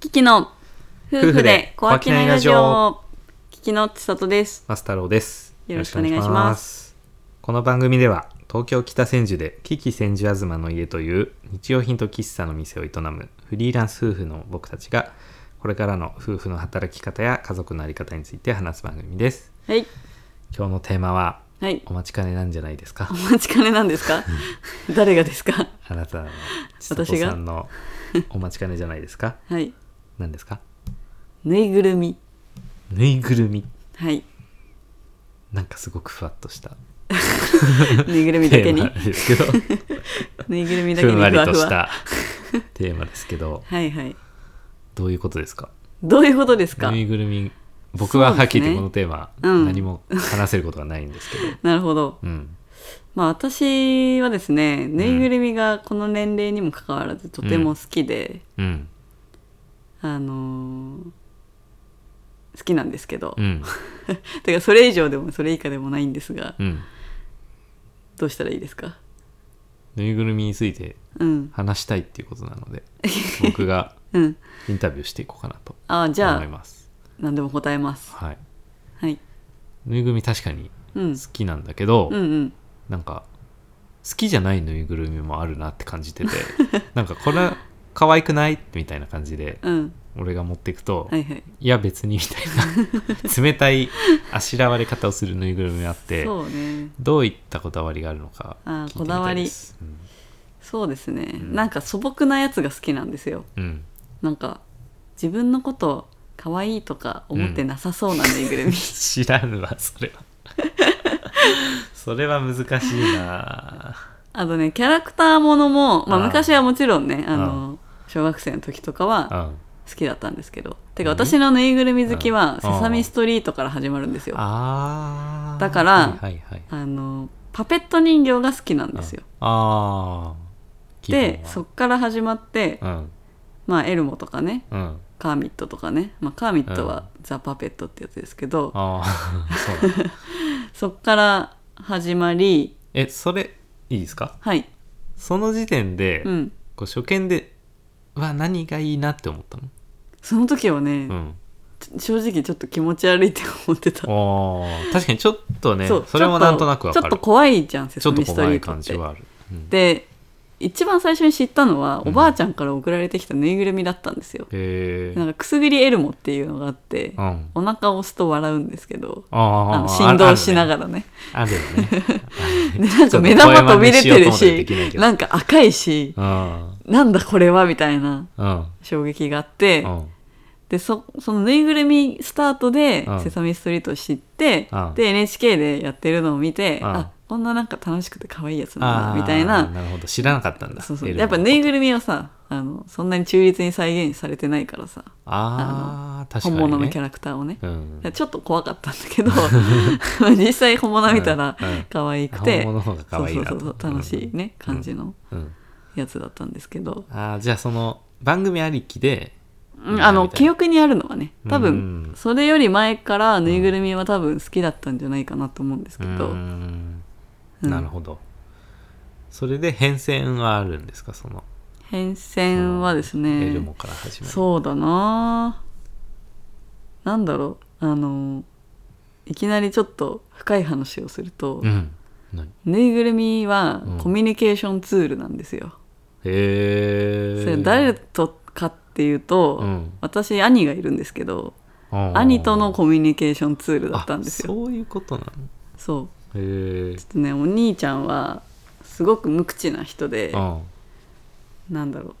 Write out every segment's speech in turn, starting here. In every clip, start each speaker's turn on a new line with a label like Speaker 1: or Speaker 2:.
Speaker 1: キキの夫
Speaker 2: 夫
Speaker 1: 婦で
Speaker 2: 婦で
Speaker 1: 小飽きないラジオキキの千里です
Speaker 2: マス太郎です。
Speaker 1: よろしくお願いします。
Speaker 2: この番組では、東京北千住で、キキ千住東の家という日用品と喫茶の店を営むフリーランス夫婦の僕たちが、これからの夫婦の働き方や家族のあり方について話す番組です。
Speaker 1: はい
Speaker 2: 今日のテーマは、
Speaker 1: はい
Speaker 2: お待ちかねなんじゃないですか
Speaker 1: お。待ちかねなんですか 誰がですか
Speaker 2: あなたの、千
Speaker 1: 私が
Speaker 2: 里さんのお待ちかねじゃないですか。
Speaker 1: はい
Speaker 2: 何ですか
Speaker 1: ぬいぐるみ
Speaker 2: ぬいぐるみ。
Speaker 1: はい
Speaker 2: なんかすごくふわっとした
Speaker 1: ぬいぐるみだ
Speaker 2: テ
Speaker 1: け
Speaker 2: ー
Speaker 1: に
Speaker 2: マですけど、
Speaker 1: ぬいぐるみだ
Speaker 2: ふ
Speaker 1: けに
Speaker 2: ん
Speaker 1: ふわふ
Speaker 2: わり
Speaker 1: わ
Speaker 2: としたテーマですけど、
Speaker 1: はいはい
Speaker 2: どういうことですか
Speaker 1: どういうことですか
Speaker 2: ぬいぐるみ僕ははっきり言ってこ
Speaker 1: そ
Speaker 2: のテーマ、
Speaker 1: うん
Speaker 2: 何も話せることがないんですけ ど、
Speaker 1: なるほど
Speaker 2: うん、
Speaker 1: まあ私はですねぬいぐるみがこの年齢にもかかわらずとても好きで、
Speaker 2: うん
Speaker 1: あのー好きなんですけど、
Speaker 2: うん
Speaker 1: てかそれ以上でもそれ以下でもないんですが
Speaker 2: うん
Speaker 1: どうしたらいいですか
Speaker 2: ぬいぐるみについて
Speaker 1: うん
Speaker 2: 話したいっていうことな ので僕が
Speaker 1: うん
Speaker 2: インタビューしていこうかなと
Speaker 1: ああじゃ
Speaker 2: 思い
Speaker 1: あ
Speaker 2: ます
Speaker 1: 何でも答えます
Speaker 2: はい
Speaker 1: はい、
Speaker 2: ぬいぐるみ確かに
Speaker 1: うん、
Speaker 2: 好きなんだけど、
Speaker 1: うんうん
Speaker 2: なんか好きじゃないぬいぐるみもあるなって感じ ててなんかこれ可愛くないみたいな感じで
Speaker 1: うん
Speaker 2: 俺が持っていくと、
Speaker 1: はいはい
Speaker 2: いや別にみたい な冷たいあしらわれ方をするぬいぐるみがあって
Speaker 1: そうね
Speaker 2: どういったこだわりがあるのか
Speaker 1: あー
Speaker 2: 聞いてみたいです、
Speaker 1: そうですね、
Speaker 2: ん
Speaker 1: なんか素朴なやつが好きなんですよ
Speaker 2: うんうん
Speaker 1: なんか自分のこと可愛いとか思ってなさそうなぬいぐるみ、
Speaker 2: 知らぬわそれはそれは難しいな
Speaker 1: あとねキャラクターものも、まあ、
Speaker 2: あー
Speaker 1: 昔はもちろんねあの小学生の時とかは
Speaker 2: あ
Speaker 1: 好きだったんですけどてか
Speaker 2: うん
Speaker 1: 私のぬいぐるみ好き
Speaker 2: う
Speaker 1: は「
Speaker 2: ん
Speaker 1: セサミストリート」から始まるんですよあ
Speaker 2: あー
Speaker 1: だから
Speaker 2: はいはいはい
Speaker 1: のパペット人形が好きなんですよ
Speaker 2: ああー
Speaker 1: で
Speaker 2: 聞
Speaker 1: そ
Speaker 2: い
Speaker 1: っから始まって、
Speaker 2: たのは
Speaker 1: まあエルモとかね
Speaker 2: うんうん
Speaker 1: カーミットとかね、まあ、カーミット
Speaker 2: うん
Speaker 1: はザ・パペットってやつですけど、
Speaker 2: ああそうなんだ
Speaker 1: そっから始まり
Speaker 2: えそれいいですか
Speaker 1: はい
Speaker 2: その時点で、
Speaker 1: うん
Speaker 2: こう初見では何がいいなって思ったの
Speaker 1: その時はね、
Speaker 2: うん
Speaker 1: ちょ正直ちょっと気持ち悪いって思ってた、
Speaker 2: おー確かにちょっとね
Speaker 1: そう
Speaker 2: それもなんとなくわか
Speaker 1: ちょっ
Speaker 2: る
Speaker 1: と怖いじゃんセ
Speaker 2: ち
Speaker 1: サ
Speaker 2: ょっと
Speaker 1: ミスト
Speaker 2: 怖
Speaker 1: リー
Speaker 2: い
Speaker 1: ト
Speaker 2: 感
Speaker 1: っ
Speaker 2: じ
Speaker 1: て
Speaker 2: はある、うん
Speaker 1: で一番最初に知ったのは、
Speaker 2: うん
Speaker 1: おばあちゃんから送られてきたぬいぐるみだったんですよ
Speaker 2: へ
Speaker 1: なんかくすぐりエルモっていうのがあって
Speaker 2: ー、う、ん、
Speaker 1: お腹を押すと笑うんですけどあ
Speaker 2: あ
Speaker 1: の
Speaker 2: ー
Speaker 1: 振動しな
Speaker 2: ら
Speaker 1: がらね
Speaker 2: あるよね ある
Speaker 1: で
Speaker 2: よ
Speaker 1: なんか目
Speaker 2: ね
Speaker 1: 玉飛び出てるし
Speaker 2: な
Speaker 1: なんか赤いし
Speaker 2: うん
Speaker 1: なんだこれはみたいな
Speaker 2: うん
Speaker 1: 衝撃があって、
Speaker 2: うん
Speaker 1: でそそのぬいぐるみスタートで
Speaker 2: うん
Speaker 1: 「セサミストリート」を知って、
Speaker 2: うん
Speaker 1: で NHK でやってるのを見て、
Speaker 2: うん
Speaker 1: あこんななんか楽しくて可愛いやつな
Speaker 2: あ
Speaker 1: ん
Speaker 2: ー
Speaker 1: だみたいな
Speaker 2: なるほど知らなかったんだ
Speaker 1: そうそう
Speaker 2: エルモ
Speaker 1: やっぱぬいぐるみはさあのそんなに中立に再現されてないからさ、
Speaker 2: あー確か
Speaker 1: 本
Speaker 2: に、ね、
Speaker 1: 物のキャラクターをね、
Speaker 2: うん
Speaker 1: ちょっと怖かったんだけど 実際本物見たら
Speaker 2: うんうん
Speaker 1: 可愛くて、
Speaker 2: 本物の方が可愛いな
Speaker 1: そうそうそう楽しいね、感じの
Speaker 2: うんうん
Speaker 1: やつだったんですけど、
Speaker 2: あーじゃあその番組ありきで
Speaker 1: うん
Speaker 2: うん
Speaker 1: あの記憶にあるのはね多
Speaker 2: うん
Speaker 1: 分それより前からぬいぐるみは多分好きだったんじゃないかなと思うんです
Speaker 2: う
Speaker 1: けど、
Speaker 2: ん
Speaker 1: うん
Speaker 2: なるほどそれで変遷はあるんですかその
Speaker 1: 変遷はです
Speaker 2: エル
Speaker 1: ね
Speaker 2: モから始まる
Speaker 1: そうだなあなんだろうあのいきなりちょっと深い話をすると、
Speaker 2: うん何
Speaker 1: ぬいぐるみは
Speaker 2: うん
Speaker 1: コミュニケーションツールなんですよ。
Speaker 2: へえ
Speaker 1: それ誰とかっていうと、
Speaker 2: うん
Speaker 1: 私兄がいるんですけど兄とのコミュニケーションツールだったんですよ。
Speaker 2: あそういうことな
Speaker 1: そう
Speaker 2: のへえ
Speaker 1: ちょっとねお兄ちゃんはすごく無口な人で
Speaker 2: うん
Speaker 1: なんだろう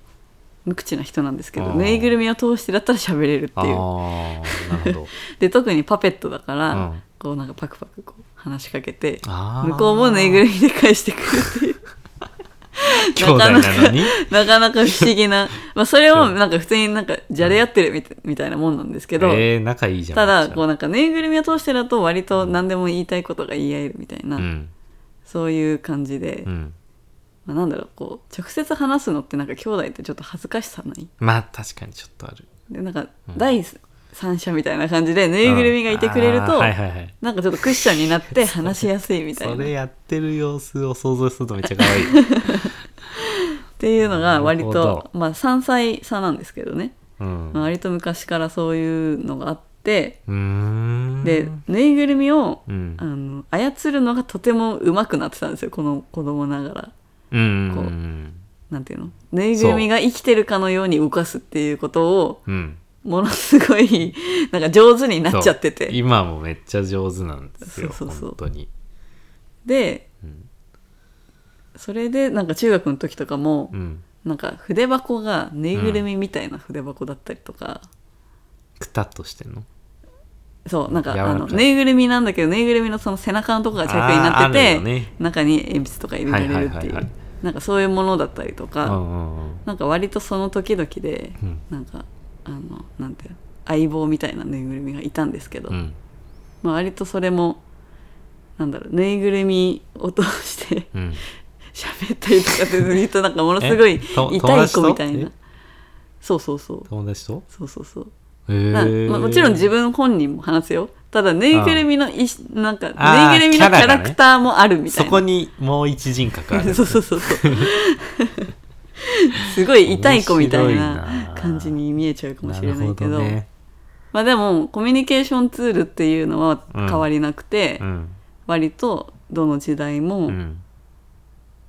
Speaker 1: 無口な人なんですけ
Speaker 2: う
Speaker 1: ど
Speaker 2: ん
Speaker 1: ぬいぐるみを通してだったら喋れるって
Speaker 2: ああ
Speaker 1: いう
Speaker 2: ーなる ほど
Speaker 1: で特にパペットだから、
Speaker 2: うん
Speaker 1: こうなんかパクパクこう話しかけて
Speaker 2: あー
Speaker 1: 向こうもぬいぐるみで返してくるって いう
Speaker 2: 兄弟なのに
Speaker 1: なかなか不思議な、まあ、それを
Speaker 2: うん
Speaker 1: なんか普通になんかじゃれ合ってるみたみたいなもんなんです けど、
Speaker 2: えー、仲いいじゃん
Speaker 1: ただ
Speaker 2: じゃあ
Speaker 1: こうなんかぬいぐるみを通してだと割と何でも言いたいことが言い合えるみたいな、
Speaker 2: うん
Speaker 1: そういう感じで。
Speaker 2: うん
Speaker 1: まあ、なんだろうこう直接話すのってなんか兄弟ってちょっと恥ずかしさない
Speaker 2: まあ確かにちょっとある
Speaker 1: でなんか
Speaker 2: うん
Speaker 1: 第三者みたいな感じでぬいぐるみがいてくれる
Speaker 2: う
Speaker 1: と、
Speaker 2: んあーはいはいはい
Speaker 1: なんかちょっとクッションになって話しやすいみたい
Speaker 2: そ
Speaker 1: なっ
Speaker 2: れやってる様子を想像するとめっちゃ可 愛い
Speaker 1: ていうのが割
Speaker 2: なるほ
Speaker 1: とまあ3歳差なんですけどね
Speaker 2: うん
Speaker 1: まあ、割と昔からそういうのがあって
Speaker 2: うーん
Speaker 1: でぬいぐるみを
Speaker 2: うん
Speaker 1: あの操るのがとても上手くなってたんですよこの子供ながら。
Speaker 2: うん
Speaker 1: こう
Speaker 2: うん
Speaker 1: なんていうのぬいぐるみが生きてるかのように動かすっていうことを
Speaker 2: うん
Speaker 1: ものすごいなんか上手になっちゃってて
Speaker 2: 今もめっちゃ上手なんですよ
Speaker 1: そうそうそう
Speaker 2: 本当に
Speaker 1: で
Speaker 2: うん
Speaker 1: それでなんか中学の時とかも、
Speaker 2: うん
Speaker 1: なんか筆箱がぬいぐるみみたいな筆箱だったりとか、
Speaker 2: くたっとしてんの
Speaker 1: そうなんか
Speaker 2: 柔らかい
Speaker 1: あのぬいぐるみなんだけどぬいぐるみのその背中のとこがチャックになって
Speaker 2: あーあ
Speaker 1: て、
Speaker 2: るよね
Speaker 1: 中に鉛筆とか入れられるっていう、
Speaker 2: はいはいはいはい
Speaker 1: なんかそういうものだったりと
Speaker 2: う
Speaker 1: か、
Speaker 2: んうんうん
Speaker 1: なんか割とその時々で、
Speaker 2: うん
Speaker 1: なんかあのなんていうの相棒みたいなぬいぐるみがいたんですけど、
Speaker 2: うん
Speaker 1: まあ、割とそれもなんだろうぬいぐるみを通して
Speaker 2: うん
Speaker 1: 喋ったりとかってずっとなんかものすごい
Speaker 2: えと
Speaker 1: 痛い子みたい
Speaker 2: 友達
Speaker 1: な
Speaker 2: と
Speaker 1: そうそうそう
Speaker 2: 友達と
Speaker 1: そうそうそう、
Speaker 2: へえ
Speaker 1: なまあ、もちろん自分本人も話すよただぬいぐるみのいしなんか
Speaker 2: あー
Speaker 1: ぬいぐるみのキャラクターもあるみた
Speaker 2: そ
Speaker 1: いな、
Speaker 2: こにもう一人格あ る
Speaker 1: そうそうそうそうすごい痛い子みたい
Speaker 2: 面白いな
Speaker 1: な感じに見えちゃうかもしれないけど
Speaker 2: るほね
Speaker 1: まあでもコミュニケーションツールっていうのは変わりなくて、
Speaker 2: うん
Speaker 1: 割とどの時代
Speaker 2: う
Speaker 1: も
Speaker 2: ん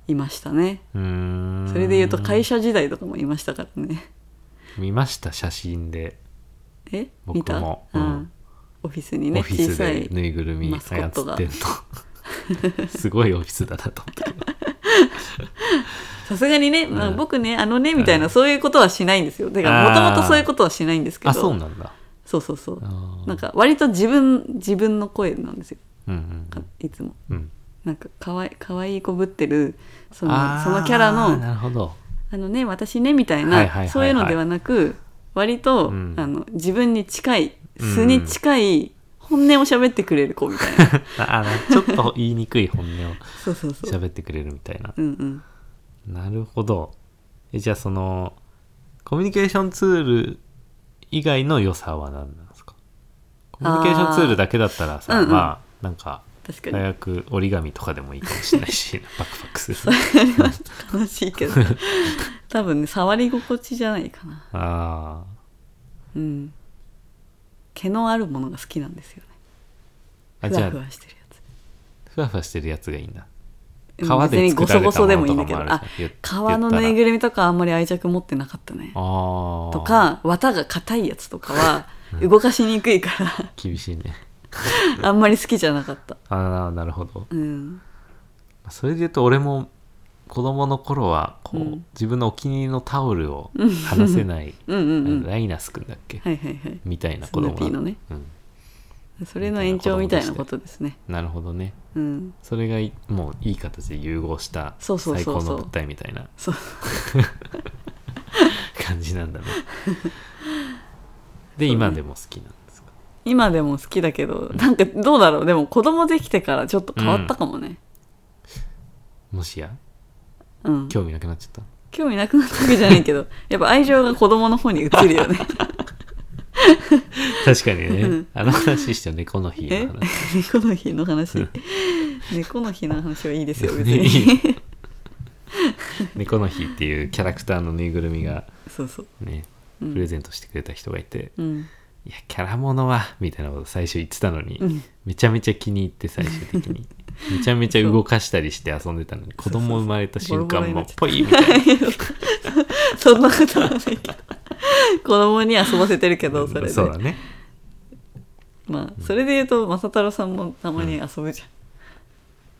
Speaker 1: いましたね、
Speaker 2: うーん
Speaker 1: それで言うと会社時代とかもいましたからね
Speaker 2: 見ました写真で
Speaker 1: え
Speaker 2: 僕
Speaker 1: 見た、
Speaker 2: も
Speaker 1: う
Speaker 2: うん
Speaker 1: ん、オフィスにね
Speaker 2: オフィ
Speaker 1: 小
Speaker 2: ス
Speaker 1: さ
Speaker 2: で
Speaker 1: い
Speaker 2: ぬいぐるみ操
Speaker 1: マスコットが
Speaker 2: ってんの すごいオフィスだな と思った
Speaker 1: さすがにね、まあ
Speaker 2: うん
Speaker 1: 僕ねあのねみたいな、そういうことはしないんですよだから
Speaker 2: あ
Speaker 1: もと
Speaker 2: ー
Speaker 1: もとそういうことはしないんですけど
Speaker 2: あそうなんだ
Speaker 1: そうそうそう
Speaker 2: あー
Speaker 1: なんか割と自分自分の声なんですよ
Speaker 2: うん
Speaker 1: かいつも
Speaker 2: うんうん
Speaker 1: なんかかわいかわいい子ぶってるそ
Speaker 2: あ
Speaker 1: の
Speaker 2: ー
Speaker 1: そのキャラの
Speaker 2: なるほど
Speaker 1: あのね、私ね、みたい
Speaker 2: はいはいはいはい
Speaker 1: な、そういうのではなく、割と、
Speaker 2: うん
Speaker 1: あの、自分に近い、
Speaker 2: うん
Speaker 1: 素に近い、本音を喋ってくれる子みたい な。
Speaker 2: ああのちょっと言いにくい本音を
Speaker 1: そうそうそう。
Speaker 2: 喋ってくれるみたいな
Speaker 1: うんうん。
Speaker 2: なるほどえじゃあそのコミュニケーションツール以外の良さは何なんですかコミュニケーションツールだけだったらさ
Speaker 1: あーうんうん
Speaker 2: まあなんか
Speaker 1: 確か
Speaker 2: 大
Speaker 1: に、
Speaker 2: 学折り紙とかでもいいかもしれな いしバックパックする
Speaker 1: 楽しいけ ど。多分ね、触り心地じゃないかな。
Speaker 2: あー
Speaker 1: うん。毛のあるものが好きなんですよね。
Speaker 2: あ
Speaker 1: ふ
Speaker 2: じゃ
Speaker 1: わ
Speaker 2: あ
Speaker 1: ふわしてるや
Speaker 2: ふわふわしてるやつがいいんだ
Speaker 1: つ。
Speaker 2: 皮で作られたものとかもある
Speaker 1: あ、
Speaker 2: じゃん
Speaker 1: 皮のぬいぐるみとかあんまり愛着持ってなかったね。
Speaker 2: あー
Speaker 1: とか、綿が硬いやつとかは、動かしにくいか
Speaker 2: 厳しいね
Speaker 1: ら、あんまり好きじゃなかった。
Speaker 2: ああなるほど
Speaker 1: うん。
Speaker 2: それで言うと俺も子供の頃はこう、
Speaker 1: うん
Speaker 2: 自分のお気に入りのタオルを離せない、
Speaker 1: うんうんうん。
Speaker 2: ライナスくんだっけ、
Speaker 1: はいはいはい。
Speaker 2: みたいな子供だ
Speaker 1: スヌーピーのね
Speaker 2: うん、
Speaker 1: それの延長みたいなことですね。
Speaker 2: なるほどね
Speaker 1: うん。
Speaker 2: それがいもういい形で融合した
Speaker 1: そうそうそう
Speaker 2: 最
Speaker 1: そう
Speaker 2: 高の物体みたいな
Speaker 1: そう。
Speaker 2: 感じなん だねで今でも好きなんですか
Speaker 1: 今でも好きだけど、なんかどうだろう。でも子供できてからちょっと変わったかもね。
Speaker 2: もしや
Speaker 1: うん。
Speaker 2: 興味なくなっちゃった
Speaker 1: 興味なくなったわけじゃない けど、やっぱ愛情が子供の方に移るよね。
Speaker 2: 確かにね。あの話してよね、この日
Speaker 1: え
Speaker 2: の話。
Speaker 1: 猫の日の 話。猫の日の話はいいですよ、別
Speaker 2: ねいい
Speaker 1: に。
Speaker 2: 猫の日っていうキャラクターのぬいぐるみが
Speaker 1: そうそう。うん
Speaker 2: ね、プレゼントしてくれた人がいて、
Speaker 1: うん。
Speaker 2: いや、キャラものは、みたいなこと最初言ってたのに、
Speaker 1: うん
Speaker 2: めちゃめちゃ気に入って最終的に。めちゃめちゃ動かしたりして遊んでたのに、子供生まれた瞬間も、ぽいみたいな。
Speaker 1: そんなことはないけど。子供に遊ばせてるけど、それで。
Speaker 2: そうだね。
Speaker 1: まあ、それで言うと、正太郎さんもたまに遊ぶじゃん。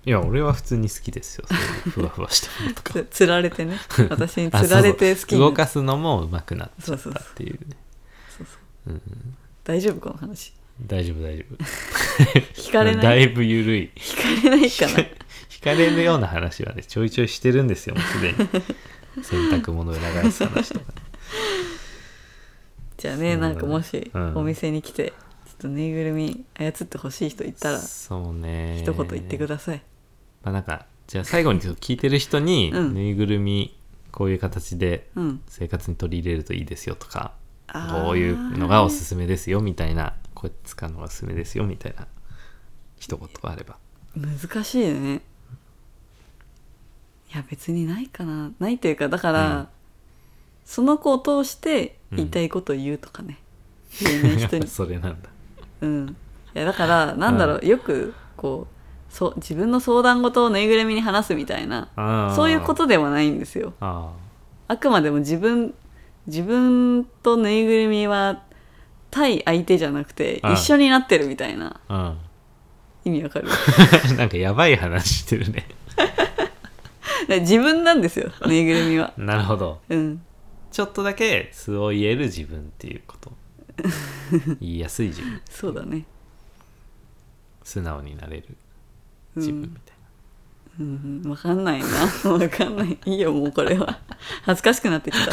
Speaker 2: いや、俺は普通に好きですよ。そういうふわふわしたものとか。
Speaker 1: つつられて ね私につられて好き
Speaker 2: あそう
Speaker 1: に
Speaker 2: そ
Speaker 1: な
Speaker 2: う動
Speaker 1: っ
Speaker 2: かすのもうまくなっちゃ
Speaker 1: そう
Speaker 2: ったっ
Speaker 1: そうそう
Speaker 2: ていうね。
Speaker 1: そうそう大丈夫この話
Speaker 2: 大丈夫、大丈夫。
Speaker 1: 惹かれ
Speaker 2: だ
Speaker 1: ない
Speaker 2: いぶ緩い。
Speaker 1: 惹かれないかな
Speaker 2: 惹かれるような話はねちょいちょいしてるんですよもうす でに洗濯物裏返す話とか
Speaker 1: じゃあね
Speaker 2: そう
Speaker 1: なんかもし
Speaker 2: うん
Speaker 1: お店に来てちょっとぬいぐるみ操ってほしい人いたら
Speaker 2: そうね
Speaker 1: 一言言ってください、
Speaker 2: まあなんかじゃあ最後にちょっと聞いてる人に、
Speaker 1: うん
Speaker 2: ぬいぐるみこういう形で
Speaker 1: うん
Speaker 2: 生活に取り入れるといいですよとか
Speaker 1: あー
Speaker 2: こういうのがおすすめですよみたいなこうやって使うのがおすすめですよみたいな一言あれば
Speaker 1: 難しいねいや別にないかなないというかだから、
Speaker 2: うん
Speaker 1: その子を通して
Speaker 2: うん
Speaker 1: 言いたいことを言うとかね、有名な人に
Speaker 2: それなんだ
Speaker 1: うん、いやだからなんだろう、よくこうそう自分の相談事をぬいぐるみに話すみたいな
Speaker 2: あー
Speaker 1: そういうことではないんですよ
Speaker 2: あ
Speaker 1: あくまでも自分自分とぬいぐるみは対相手じゃなくて
Speaker 2: うん
Speaker 1: 一緒になってるみたいな
Speaker 2: あ
Speaker 1: 意味わかる
Speaker 2: うん なんかやばい話してるね
Speaker 1: 自分なんですよぬいぐるみは
Speaker 2: なるほど
Speaker 1: うん
Speaker 2: ちょっとだけ素を言える自分っていうこと 言いやすい自分
Speaker 1: そうだね
Speaker 2: 素直になれる自分みたい
Speaker 1: うんわかんないな わかんないいいよもうこれは恥ずかしくなってきた
Speaker 2: な、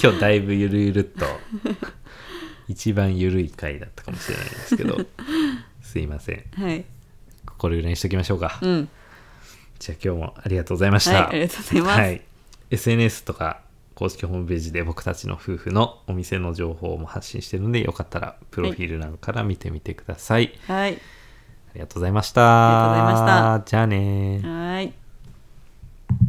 Speaker 2: 今日だいぶゆるゆるっと一番ゆるい回だったかもしれないですけどすいません
Speaker 1: はい
Speaker 2: これぐらいにしときましょうか、
Speaker 1: うん
Speaker 2: じゃあ今日もありがとうございまし
Speaker 1: はい
Speaker 2: た、
Speaker 1: ありがとうございます、
Speaker 2: はい、SNS とか公式ホームページで僕たちの夫婦のお店の情報も発信してるのでよかったらプロフィール欄から見てみてください、
Speaker 1: はい
Speaker 2: ありがとうございました
Speaker 1: ありがとうございま
Speaker 2: じゃあね
Speaker 1: は
Speaker 2: ー
Speaker 1: ーい